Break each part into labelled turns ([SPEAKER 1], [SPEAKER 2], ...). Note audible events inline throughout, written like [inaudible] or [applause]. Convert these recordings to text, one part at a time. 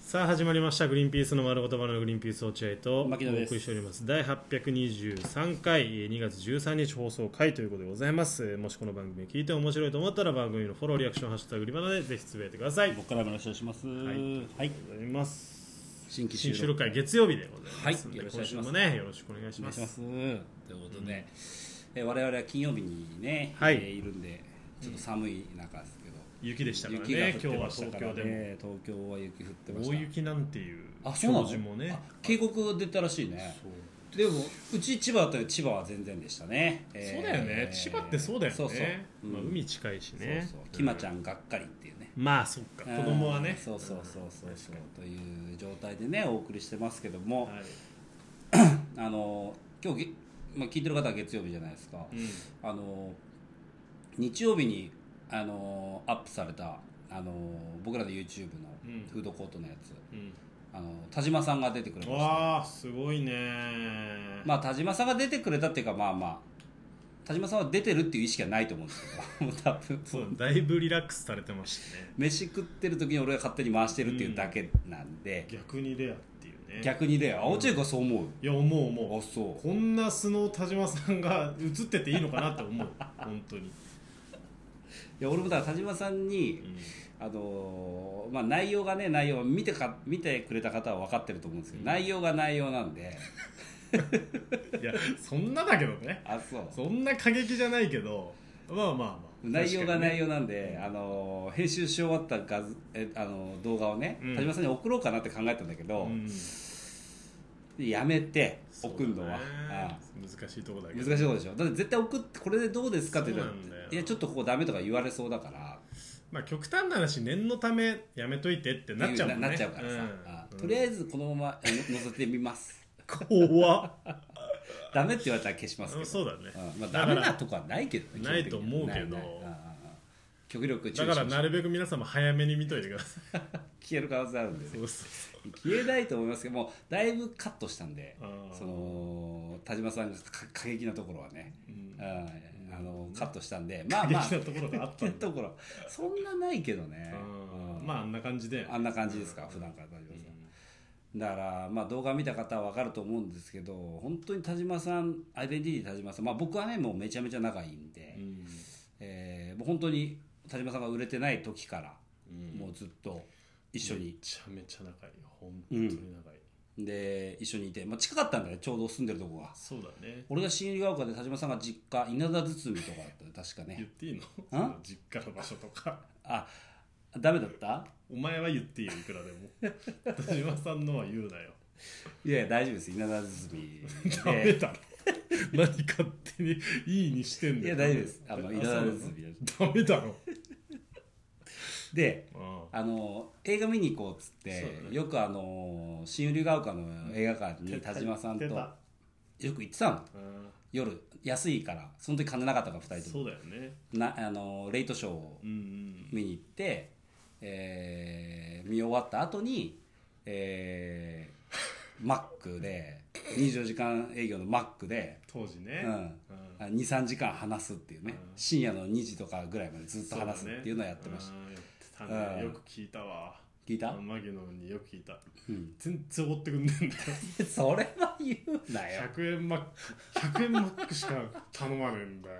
[SPEAKER 1] さあ始まりました「グリーンピースの丸言葉のグリーンピース落合」とお
[SPEAKER 2] 牧野です
[SPEAKER 1] 送りしております第823回えー2月13日放送回ということでございますえーもしこの番組聞いて面白いと思ったら番組のフォローリアクション「ハッシュタググリバナ」でぜひつぶやいてくださいありがと
[SPEAKER 2] 僕からもよろしくお願いします。
[SPEAKER 1] い
[SPEAKER 2] はい。
[SPEAKER 1] うございます
[SPEAKER 2] 新規収
[SPEAKER 1] 新
[SPEAKER 2] 録
[SPEAKER 1] 収録会月曜日でございます
[SPEAKER 2] はい
[SPEAKER 1] ので
[SPEAKER 2] よろしくお
[SPEAKER 1] 今
[SPEAKER 2] 願いし
[SPEAKER 1] 週も
[SPEAKER 2] ます
[SPEAKER 1] ねよろしくお願いし
[SPEAKER 2] お願
[SPEAKER 1] ま
[SPEAKER 2] いし
[SPEAKER 1] す
[SPEAKER 2] ます。ということで、えー我々は金曜日にね、
[SPEAKER 1] はい
[SPEAKER 2] えーいるんで、ちょっと寒い中ですけど、
[SPEAKER 1] 雪でしたから
[SPEAKER 2] 雪が降
[SPEAKER 1] ね
[SPEAKER 2] っ
[SPEAKER 1] 今
[SPEAKER 2] て
[SPEAKER 1] 日は
[SPEAKER 2] ました
[SPEAKER 1] 東
[SPEAKER 2] から
[SPEAKER 1] 京で
[SPEAKER 2] ね。東京は雪降ってま
[SPEAKER 1] も
[SPEAKER 2] した。
[SPEAKER 1] 大雪なんていう
[SPEAKER 2] あ、そうな
[SPEAKER 1] 表示
[SPEAKER 2] の
[SPEAKER 1] もね
[SPEAKER 2] あ警告出たらしいね。
[SPEAKER 1] そう
[SPEAKER 2] でもうち千葉だったけど千葉は全然でしたね。えー
[SPEAKER 1] そうだよね千葉ってそうだよね
[SPEAKER 2] そうそう。うん
[SPEAKER 1] まあ海近いしね
[SPEAKER 2] そうそう。きまち
[SPEAKER 1] ん
[SPEAKER 2] ゃんがっかりっていうね。
[SPEAKER 1] まあそっか子供はね
[SPEAKER 2] うんそうそうそうそうそう
[SPEAKER 1] 確か
[SPEAKER 2] という状態でねお送りしてますけども、
[SPEAKER 1] にはい
[SPEAKER 2] あの今日げ、まあ、聞いてる方は月曜日じゃないですか、
[SPEAKER 1] う
[SPEAKER 2] あの日曜日にあのアップされたあの僕らの YouTube の
[SPEAKER 1] うん
[SPEAKER 2] フードコートのやつ、
[SPEAKER 1] んうん
[SPEAKER 2] あの田島さんが出てくれました
[SPEAKER 1] わあすごいね
[SPEAKER 2] まあ田島さんが出てくれたっていうかまあまあ田島さんは出てるっていう意識はないと思うんですけど [laughs] もう多分
[SPEAKER 1] そうだいぶリラックスされてましたね
[SPEAKER 2] 飯食ってる時に俺が勝手に回してるっていうだけなんで、
[SPEAKER 1] 逆にレアっていうね
[SPEAKER 2] 逆にで青中がそう思う
[SPEAKER 1] いや思う思
[SPEAKER 2] あ
[SPEAKER 1] う
[SPEAKER 2] そう
[SPEAKER 1] こんな素の田島さんが映ってていいのかなって思
[SPEAKER 2] [laughs]
[SPEAKER 1] う本当に、
[SPEAKER 2] いや俺もだから田島さんに
[SPEAKER 1] うん
[SPEAKER 2] あのーまあ、内容がね内容は見てか見てくれた方は分かってると思うんですけ
[SPEAKER 1] う
[SPEAKER 2] ど、
[SPEAKER 1] ん
[SPEAKER 2] 内容が内容な
[SPEAKER 1] [laughs]
[SPEAKER 2] んで
[SPEAKER 1] いやそんなだけどね
[SPEAKER 2] あそう
[SPEAKER 1] そんな過激じゃないけどまあまあまあ
[SPEAKER 2] 内容が内
[SPEAKER 1] 容
[SPEAKER 2] 容なんで、あのー編集し終わった画像えあのー動画をね、
[SPEAKER 1] うん
[SPEAKER 2] 田島さんに送ろうかなって考えたんだけど、
[SPEAKER 1] うん
[SPEAKER 2] やめて送るのは、
[SPEAKER 1] そうだね難しいとこだ
[SPEAKER 2] う
[SPEAKER 1] け
[SPEAKER 2] ん
[SPEAKER 1] ど
[SPEAKER 2] 難しいことでしょだって絶対送ってこれでどうですかって言ったら
[SPEAKER 1] そうなんだよ
[SPEAKER 2] いやちょっとここダメとか言われそうだから
[SPEAKER 1] まあ極端な話念のためやめといてってなっちゃうもんね
[SPEAKER 2] なっちゃうからさ、あ
[SPEAKER 1] うん
[SPEAKER 2] とりあえずこのままえの載せてみます
[SPEAKER 1] 怖っ
[SPEAKER 2] ダメって言われたら消しますけ
[SPEAKER 1] う
[SPEAKER 2] ど
[SPEAKER 1] んそうだね
[SPEAKER 2] うんまあ、
[SPEAKER 1] だ
[SPEAKER 2] ダ
[SPEAKER 1] か
[SPEAKER 2] メ
[SPEAKER 1] ら
[SPEAKER 2] なとこはないけどね
[SPEAKER 1] ないと思うけど
[SPEAKER 2] 基本的にはないないうんうんうん極力注
[SPEAKER 1] だか
[SPEAKER 2] 意しまし
[SPEAKER 1] ら
[SPEAKER 2] ょう
[SPEAKER 1] なるべく皆様早めに見といてください
[SPEAKER 2] 消える可能性あるんで
[SPEAKER 1] そうそう
[SPEAKER 2] 消えないと思いますけどもうだいぶカットしたんで
[SPEAKER 1] あー
[SPEAKER 2] その田島さんがか過激なところはね、
[SPEAKER 1] うん
[SPEAKER 2] うんあのカットしたんでまあまあ
[SPEAKER 1] 過激なところがあったんだ
[SPEAKER 2] 過激なところそんなないけどね、
[SPEAKER 1] うん
[SPEAKER 2] うん
[SPEAKER 1] まああんな感じで
[SPEAKER 2] あんな感じですか普段から田島さん、だから、まあ、動画見た方は分かると思うんですけど本当に田島さんアイデンティティ田島さん、まあ、僕はねもうめちゃめちゃ仲いいんで、
[SPEAKER 1] うん
[SPEAKER 2] えーもう本当に田島さんが売れてない時から、
[SPEAKER 1] うん
[SPEAKER 2] もうずっと一緒
[SPEAKER 1] め
[SPEAKER 2] に、
[SPEAKER 1] ちゃめちゃ仲いい本当に仲いい
[SPEAKER 2] で一緒にいて、まあ、近かったんだねちょうど住んでるとこが
[SPEAKER 1] そうだね
[SPEAKER 2] 俺が新ヶ丘で田島さんが実家稲田堤とかだったよ確か
[SPEAKER 1] 言っ
[SPEAKER 2] ね
[SPEAKER 1] ていいのそ
[SPEAKER 2] あ
[SPEAKER 1] の実家の場所と
[SPEAKER 2] [laughs]
[SPEAKER 1] か
[SPEAKER 2] あダメだった
[SPEAKER 1] お前は言っていいよいくら
[SPEAKER 2] [laughs]
[SPEAKER 1] でも田島さんのは言うなよ
[SPEAKER 2] いやいや大丈夫です稲田 [laughs] 堤
[SPEAKER 1] ダメ
[SPEAKER 2] で
[SPEAKER 1] だろ何勝手にいいにしてん
[SPEAKER 2] い
[SPEAKER 1] だよ
[SPEAKER 2] や大丈夫ですあの稲田
[SPEAKER 1] そう
[SPEAKER 2] 堤で
[SPEAKER 1] ダメだろ
[SPEAKER 2] で
[SPEAKER 1] うん
[SPEAKER 2] あの映画見に行こうっつって、
[SPEAKER 1] そうだね
[SPEAKER 2] よくあの新百合ヶ丘の映画館に田島さんと
[SPEAKER 1] 出
[SPEAKER 2] よ
[SPEAKER 1] た
[SPEAKER 2] く行ってたの
[SPEAKER 1] うん
[SPEAKER 2] 夜安いからその時金なかったから2人とも
[SPEAKER 1] そうだよね
[SPEAKER 2] なあのレイトショーを
[SPEAKER 1] うん
[SPEAKER 2] 見に行って、えー見終わった後に、えーマックで24時間営業のマックで、
[SPEAKER 1] 当時
[SPEAKER 2] う
[SPEAKER 1] ね
[SPEAKER 2] ん、
[SPEAKER 1] うん
[SPEAKER 2] 23時間話すっていうね
[SPEAKER 1] うん
[SPEAKER 2] 深夜の2時とかぐらいまでずっと話すっていうのをやってまし
[SPEAKER 1] そ
[SPEAKER 2] た、
[SPEAKER 1] うだねうんやってたね
[SPEAKER 2] うん
[SPEAKER 1] よく聞いたわ
[SPEAKER 2] 聞いた、
[SPEAKER 1] マギノによく聞いた
[SPEAKER 2] うん、
[SPEAKER 1] 全然おごってくんねえんだ
[SPEAKER 2] それは言うな
[SPEAKER 1] よ
[SPEAKER 2] よ
[SPEAKER 1] 100円マック100円マックしか頼まねえんだよ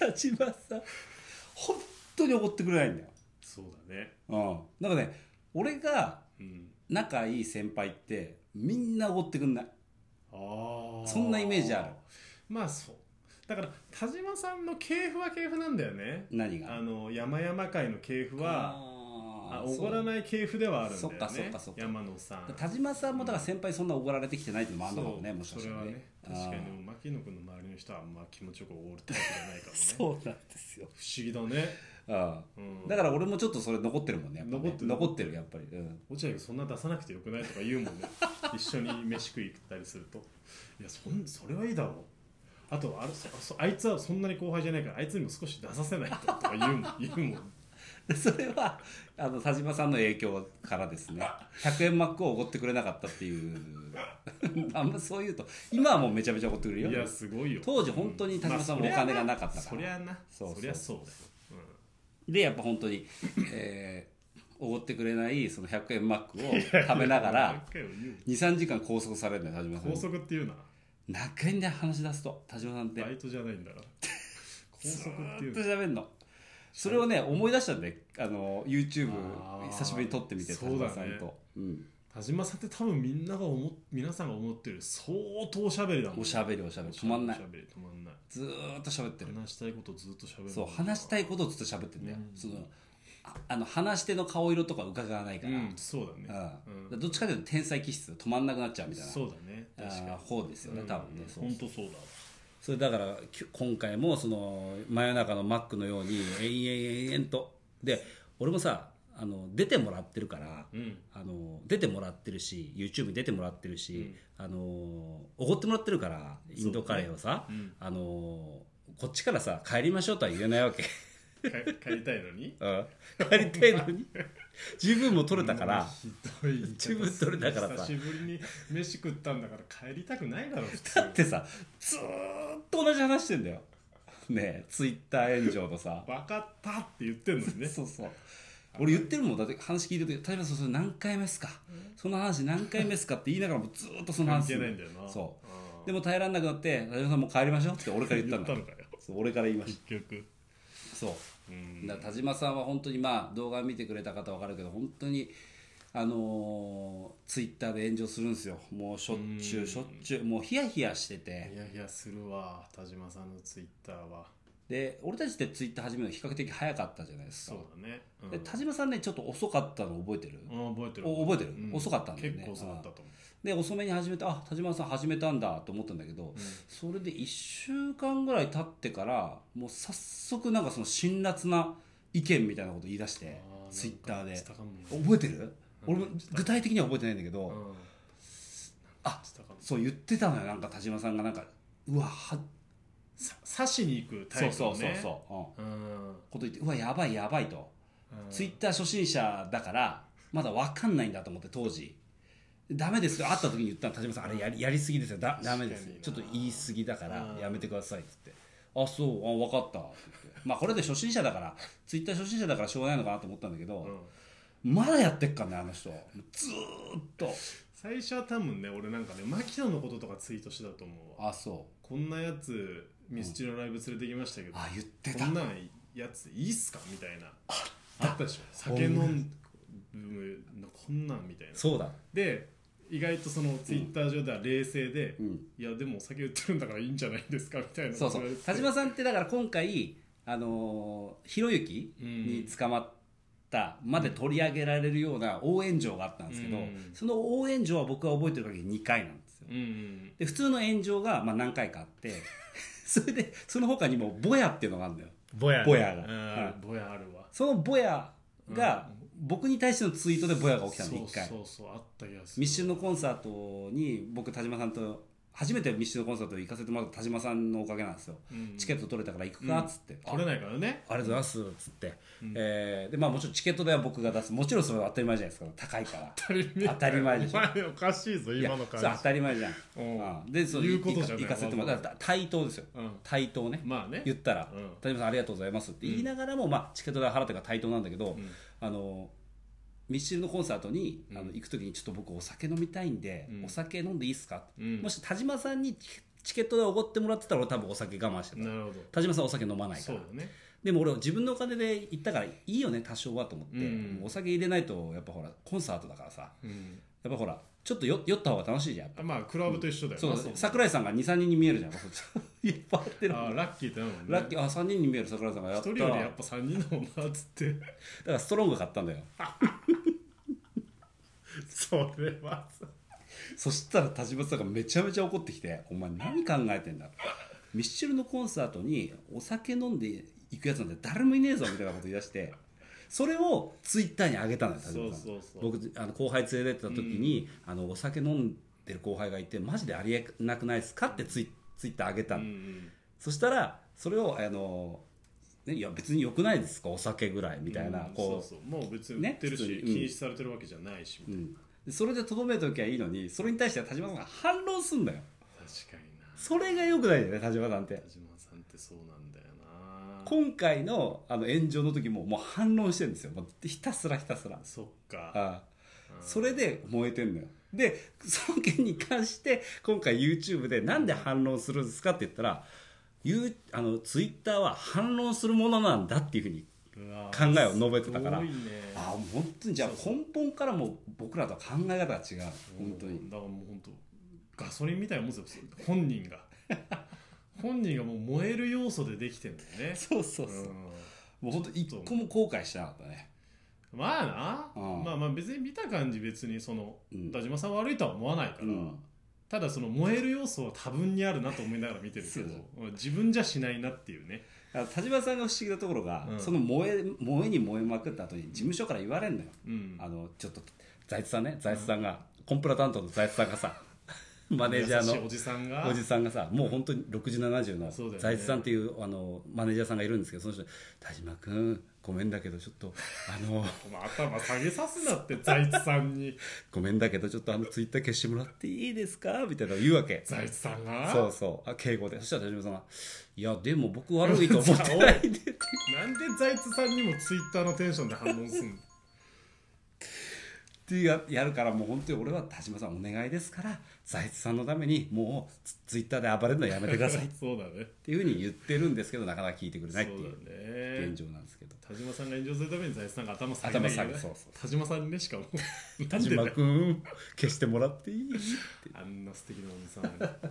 [SPEAKER 2] 田島さん本当に怒ってくれないんだよ、
[SPEAKER 1] そうだね
[SPEAKER 2] うん、なんかね俺が
[SPEAKER 1] うん
[SPEAKER 2] 仲いい先輩ってみんな怒ってくんない
[SPEAKER 1] ああ
[SPEAKER 2] そんなイメージある
[SPEAKER 1] まあそうだから田島さんの系譜は系譜なんだよね
[SPEAKER 2] 何が
[SPEAKER 1] あの山々会の系譜は
[SPEAKER 2] あ
[SPEAKER 1] あ
[SPEAKER 2] ー
[SPEAKER 1] おごら
[SPEAKER 2] そう
[SPEAKER 1] ない系譜ではあるんだよね
[SPEAKER 2] そっかそっかそっか
[SPEAKER 1] 山野さん
[SPEAKER 2] 田島さんもだから先輩そんな怒られてきてないってのもあんのかもね
[SPEAKER 1] そう
[SPEAKER 2] もしかしたら
[SPEAKER 1] それはね確かにで
[SPEAKER 2] あー
[SPEAKER 1] も牧野君の周りの人はあんま気持ちよくおごるタイプじゃないからね
[SPEAKER 2] [laughs] そうなんですよ、
[SPEAKER 1] 不思議だね、
[SPEAKER 2] うん
[SPEAKER 1] うん、
[SPEAKER 2] だから俺もちょっとそれ残ってるもんねやっぱね
[SPEAKER 1] 残ってる
[SPEAKER 2] 残ってるやっぱり、うん、 [laughs]
[SPEAKER 1] 落合君そんな出さなくてよくないとか言うもんね一緒に飯食い行ったりするといやそんそれはいいだろうあとあれそそあいつはそんなに後輩じゃないからあいつにも少し出させないととか言う
[SPEAKER 2] [laughs]
[SPEAKER 1] もん言うもん
[SPEAKER 2] でそれはあの田島さんの影響からですね100円マックをおごってくれなかったっていう [laughs] あんまそう言うと今はもうめちゃめちゃおごってくれる
[SPEAKER 1] い
[SPEAKER 2] よ
[SPEAKER 1] やすごいよ
[SPEAKER 2] 当時本当に田島さん
[SPEAKER 1] うんまあ
[SPEAKER 2] もお金がなかったから
[SPEAKER 1] そりゃな
[SPEAKER 2] そうそう
[SPEAKER 1] そりゃそうだよ、
[SPEAKER 2] でやっぱ本当に、えーおごってくれないその100円マックを食べながら
[SPEAKER 1] 何回も言う
[SPEAKER 2] 23時間拘束されるんだよ田島
[SPEAKER 1] な
[SPEAKER 2] さん
[SPEAKER 1] 高速っていうな
[SPEAKER 2] 仲いいんだよ話し出すと田島さんって
[SPEAKER 1] バイトじゃないん
[SPEAKER 2] [laughs]
[SPEAKER 1] だから高
[SPEAKER 2] ず
[SPEAKER 1] 速ってい
[SPEAKER 2] ーっ
[SPEAKER 1] う
[SPEAKER 2] と
[SPEAKER 1] な
[SPEAKER 2] 喋んのそれをね思い出したんであの YouTube
[SPEAKER 1] あー
[SPEAKER 2] 久しぶりに撮ってみて田
[SPEAKER 1] そうだ
[SPEAKER 2] 島
[SPEAKER 1] ね
[SPEAKER 2] さんとうん
[SPEAKER 1] 田島さんって多分みんなが思っ皆さんが思ってる相当おしゃべりだもんね
[SPEAKER 2] おしゃべりおしゃべり止まんない
[SPEAKER 1] おしゃべり止まんない
[SPEAKER 2] ずーっと喋ってる
[SPEAKER 1] 話したいことずっとしゃべる
[SPEAKER 2] そう話したいことをずっと喋ってんだよ
[SPEAKER 1] うん
[SPEAKER 2] そのああの話し手の顔色とか伺わないか
[SPEAKER 1] う
[SPEAKER 2] らうんん
[SPEAKER 1] そうだね
[SPEAKER 2] だか
[SPEAKER 1] うん
[SPEAKER 2] らどっちかというと天才気質止まんなくなっちゃうみたいな
[SPEAKER 1] そうだね
[SPEAKER 2] あー
[SPEAKER 1] 確かに
[SPEAKER 2] 方ですよね多分ねそう
[SPEAKER 1] 本当そうだわ
[SPEAKER 2] それだからきゅ今回もその真夜中のマックのように延々延々とで俺もさあの出てもらってるから、
[SPEAKER 1] うん
[SPEAKER 2] あの出てもらってるし YouTube に出てもらってるし、あのおごってもらってるからインドカレーをさ、
[SPEAKER 1] うん
[SPEAKER 2] あのこっちからさ帰りましょうとは言えないわけ、
[SPEAKER 1] か [laughs] 帰りたいのに
[SPEAKER 2] [laughs] うん帰りたいのに十分も取れたから、
[SPEAKER 1] ひどい言い方
[SPEAKER 2] 自分それだから
[SPEAKER 1] 久
[SPEAKER 2] さ
[SPEAKER 1] しぶりに飯食ったんだから帰りたくないだろ普通
[SPEAKER 2] だってさずーっと同じ話してんだよねえツイッター炎上のさ
[SPEAKER 1] 分かったって言ってんのにね
[SPEAKER 2] そうそう。俺言ってるもん、だって話聞いてると、例えばそれ何回目ですか、その話何回目ですかって言いながらもずーっとその
[SPEAKER 1] 関
[SPEAKER 2] 話す
[SPEAKER 1] 係
[SPEAKER 2] る
[SPEAKER 1] ないんだよな
[SPEAKER 2] そう
[SPEAKER 1] うん
[SPEAKER 2] でも耐えられなくなって、田島さんもう帰りましょうって俺から言った
[SPEAKER 1] [laughs] 言
[SPEAKER 2] ん
[SPEAKER 1] っ
[SPEAKER 2] だ
[SPEAKER 1] た。のかよ
[SPEAKER 2] そう俺から言いまし
[SPEAKER 1] 結局
[SPEAKER 2] た。そう。
[SPEAKER 1] うん
[SPEAKER 2] だから田島さんは本当にまあ動画見てくれた方わかるけど、本当に、あのーツイッターで炎上するんですよ。もうしょっちゅ
[SPEAKER 1] う
[SPEAKER 2] うんしょっちゅう、もうヒヤヒヤしてて
[SPEAKER 1] い。やいやするわ田島さんのツイッターは
[SPEAKER 2] で、俺たちってツイッター始めるの比較的早かったじゃないです
[SPEAKER 1] そ
[SPEAKER 2] か
[SPEAKER 1] う。だねうん
[SPEAKER 2] で、田島さんね、ちょっと遅かったの覚えてる、
[SPEAKER 1] あ覚えてる
[SPEAKER 2] お覚えてる
[SPEAKER 1] うん
[SPEAKER 2] 遅かったんだよね
[SPEAKER 1] 結構遅かったと思う
[SPEAKER 2] で遅めに始めてあ田島さん始めたんだと思ったんだけど、それで1週間ぐらい経ってからもう早速なんかその辛辣な意見みたいなこと言い出して
[SPEAKER 1] あー
[SPEAKER 2] ツイッターで
[SPEAKER 1] なんかしたかもね
[SPEAKER 2] 覚えてる
[SPEAKER 1] うん
[SPEAKER 2] 俺も具体的には覚えてないんだけど、
[SPEAKER 1] うん
[SPEAKER 2] あ
[SPEAKER 1] したかも
[SPEAKER 2] そう言ってたのよなんか田島さんがなんかうわは
[SPEAKER 1] さ刺しに行くタ
[SPEAKER 2] そ
[SPEAKER 1] イ
[SPEAKER 2] う
[SPEAKER 1] プの
[SPEAKER 2] そうそう
[SPEAKER 1] ね
[SPEAKER 2] そう、うん、
[SPEAKER 1] うん
[SPEAKER 2] こと言ってうわやばいやばいと、
[SPEAKER 1] うん
[SPEAKER 2] ツイッター初心者だからまだ分かんないんだと思って当時ダメですよ会った時に言ったの田島さんあれやりやりすぎですよだダメですよちょ
[SPEAKER 1] 確か
[SPEAKER 2] っと
[SPEAKER 1] にな
[SPEAKER 2] 言い過ぎだから
[SPEAKER 1] うん
[SPEAKER 2] やめてくださいっつってあそうあ分かったって言ってまあこれで初心者だからツイッター初心者だからしょうがないのかなと思ったんだけど、
[SPEAKER 1] うん
[SPEAKER 2] まだやってっからねあの人ずーっと
[SPEAKER 1] 最初は多分ね俺なんかね牧野のこととかツイートしてたと思うわ
[SPEAKER 2] あそう
[SPEAKER 1] こんなやつミスチルのライブ連れてきましたけど、
[SPEAKER 2] あ言って
[SPEAKER 1] こ
[SPEAKER 2] た
[SPEAKER 1] んなやついいっすかみたいなあったでしょ酒飲むのこんなんみたいな
[SPEAKER 2] そうだ
[SPEAKER 1] で意外とそのツイッター上では冷静で、
[SPEAKER 2] うん
[SPEAKER 1] いやでもお酒売ってるんだからいいんじゃないですかみたいな
[SPEAKER 2] そうそう田島さんってだから今回あのーひろゆきに捕まったまで取り上げられるような応援状があったんですけど、
[SPEAKER 1] うん
[SPEAKER 2] その応援状は僕が覚えてる限り2回なんですよ
[SPEAKER 1] うんうん
[SPEAKER 2] で普通の炎上がまあ何回かあって [laughs] それでその他にもボヤっていうのがあるんだよ
[SPEAKER 1] ボヤ
[SPEAKER 2] ボヤが
[SPEAKER 1] が
[SPEAKER 2] う
[SPEAKER 1] ボヤあるわ
[SPEAKER 2] そのボヤが僕に対してのツイートでボヤが起きたんで1回
[SPEAKER 1] そうそうそうあったやつ
[SPEAKER 2] ミッシュのコンサートに僕田島さんと初めてミッシュのコンサート行かせてもらった田島さんのおかげなんですよ、
[SPEAKER 1] うん
[SPEAKER 2] チケット取れたから行くかっつって、あ
[SPEAKER 1] 取れないからね
[SPEAKER 2] ありがとうございますっつって、えーでまあ、もちろんチケット代は僕が出すもちろんそれは当たり前じゃないですか高いから
[SPEAKER 1] 当たり前
[SPEAKER 2] 当たり前でし
[SPEAKER 1] [laughs]
[SPEAKER 2] ょ
[SPEAKER 1] お前おかしいぞ
[SPEAKER 2] いや
[SPEAKER 1] 今の感
[SPEAKER 2] そう当
[SPEAKER 1] じ
[SPEAKER 2] たり前じゃん、
[SPEAKER 1] うん
[SPEAKER 2] うんでその
[SPEAKER 1] 言うことじゃない
[SPEAKER 2] 行かせてもら
[SPEAKER 1] わ
[SPEAKER 2] っ
[SPEAKER 1] ざ
[SPEAKER 2] た対等ですよ、
[SPEAKER 1] うん
[SPEAKER 2] 対等ね、
[SPEAKER 1] まあね
[SPEAKER 2] 言ったら
[SPEAKER 1] うん
[SPEAKER 2] 「田島さんありがとうございます」って言いながらも、まあ、チケット代払ってから対等なんだけど、
[SPEAKER 1] ん
[SPEAKER 2] あのミッシルのコンサートにあの行く時にちょっと僕お酒飲みたいんで、
[SPEAKER 1] うん
[SPEAKER 2] お酒飲んでいいですか、
[SPEAKER 1] うん
[SPEAKER 2] もし田島さんにチチケット代おごってもらってたら俺多分お酒我慢してた
[SPEAKER 1] なるほど
[SPEAKER 2] 田島さんお酒飲まないか
[SPEAKER 1] そう
[SPEAKER 2] ら
[SPEAKER 1] だね
[SPEAKER 2] でも俺は自分のお金で行ったからいいよね多少はと思って、
[SPEAKER 1] うん
[SPEAKER 2] もうお酒入れないとやっぱほらコンサートだからさ
[SPEAKER 1] うん
[SPEAKER 2] やっぱほらちょっと酔酔った方が楽しいじゃんやっぱ
[SPEAKER 1] あまあクラブと一緒だよ
[SPEAKER 2] そう
[SPEAKER 1] な
[SPEAKER 2] だ桜井さんが23人に見えるじゃんいっぱい [laughs] 合ってる
[SPEAKER 1] あーラッキーってなるもんね
[SPEAKER 2] ラッキーあ3人に見える桜井さんがや
[SPEAKER 1] 一
[SPEAKER 2] った
[SPEAKER 1] 人よりやっぱ三人のもんなっつって
[SPEAKER 2] だからストロング買ったんだよ
[SPEAKER 1] それはさ
[SPEAKER 2] そしたら田島さんがめちゃめちゃ怒ってきて「お前何考えてんだ」ミッシェルのコンサートにお酒飲んで行くやつなんて誰もいねえぞみたいなこと言い出してそれをツイッターに上げたのよ田島さん
[SPEAKER 1] そうそうそう
[SPEAKER 2] 僕あの後輩連れてった時に、あのお酒飲んでる後輩がいてマジでありえなくないですかってツイツイッター上げた
[SPEAKER 1] う
[SPEAKER 2] の、
[SPEAKER 1] ん
[SPEAKER 2] そしたらそれをあの、ね、いや別によくないですかお酒ぐらいみたいな、
[SPEAKER 1] うん
[SPEAKER 2] こう
[SPEAKER 1] そうそうもう別に売
[SPEAKER 2] ね
[SPEAKER 1] ってるし、
[SPEAKER 2] 普通にうん
[SPEAKER 1] 禁止されてるわけじゃないし、
[SPEAKER 2] うんでそれでとどめときゃいいのにそれに対して田島さんが反論すんだよ
[SPEAKER 1] 確かにな
[SPEAKER 2] それがよくないよね田島さんって
[SPEAKER 1] 田島さんってそうなんだよな
[SPEAKER 2] 今回のあの炎上の時ももう反論してるんですよもうひたすらひたすら
[SPEAKER 1] そっか
[SPEAKER 2] あそれで燃えてんのよでその件に関して今回 YouTube でなんで反論するんですかって言ったらゆうあの Twitter は反論するものなんだっていうふうに
[SPEAKER 1] うわ
[SPEAKER 2] 考えを述べてたから
[SPEAKER 1] すごいね
[SPEAKER 2] ああ本当にじゃあ根本からもう僕らとは考え方が違う本当
[SPEAKER 1] うん
[SPEAKER 2] に
[SPEAKER 1] だからもう本当ガソリンみたいなもんですよ本人が本人がもう燃える要素でできてんだよね
[SPEAKER 2] そうそうそう、もう本当一個も後悔してなかったね
[SPEAKER 1] うんまあな、
[SPEAKER 2] うん
[SPEAKER 1] まあまあ別に見た感じ別にその
[SPEAKER 2] うん
[SPEAKER 1] 田島さん悪いとは思わないから、
[SPEAKER 2] うん
[SPEAKER 1] ただその燃える要素は多分にあるなと思いながら見てるけどうん自分じゃしないなっていうね
[SPEAKER 2] あの田島さんが不思議なところが、
[SPEAKER 1] うん
[SPEAKER 2] その燃え燃えに燃えまくった後に事務所から言われるのよ、
[SPEAKER 1] うん
[SPEAKER 2] あのちょっと財津さんね財津さんが、コンプラ担当の財津さんがさマネージャー
[SPEAKER 1] 優しい
[SPEAKER 2] の
[SPEAKER 1] おじさんが
[SPEAKER 2] おじさんがさもう本当に6070の
[SPEAKER 1] そうだよね
[SPEAKER 2] 財津さんっていうあのマネージャーさんがいるんですけどその人「田島君ごめんだけどちょっとあの [laughs]
[SPEAKER 1] お前頭下げさすなって財津さんに
[SPEAKER 2] ごめんだけどちょっとあのツイッター消してもらっていいですか?」みたいなの言うわけ
[SPEAKER 1] 財津さんが
[SPEAKER 2] そうそうあ敬語でそしたら田島さんが「いやでも僕悪いと思ってないんで」って
[SPEAKER 1] なんで財津さんにもツイッターのテンションで反応すんの
[SPEAKER 2] [laughs] ってややるからもう本当に俺は田島さんお願いですから財津さんのためにもうツツイッターで暴れるのやめてくださいっ
[SPEAKER 1] そうだね
[SPEAKER 2] ていうふうに言ってるんですけどなかなか聞いてくれないって
[SPEAKER 1] そう
[SPEAKER 2] い
[SPEAKER 1] だ
[SPEAKER 2] う
[SPEAKER 1] ね
[SPEAKER 2] 現状なんですけど、
[SPEAKER 1] 田島さんが炎上するために財津さんが頭下げなきゃいけない
[SPEAKER 2] 頭下げそうそう
[SPEAKER 1] 田島さんねしかも
[SPEAKER 2] 田島君消してもらっていい
[SPEAKER 1] あんな素敵なおじさんなのに
[SPEAKER 2] [laughs]
[SPEAKER 1] なる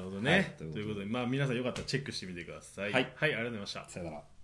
[SPEAKER 1] ほどね、
[SPEAKER 2] はい
[SPEAKER 1] ということでまあ皆さんよかったらチェックしてみてください
[SPEAKER 2] はい
[SPEAKER 1] はい、ありがとうございました
[SPEAKER 2] さよなら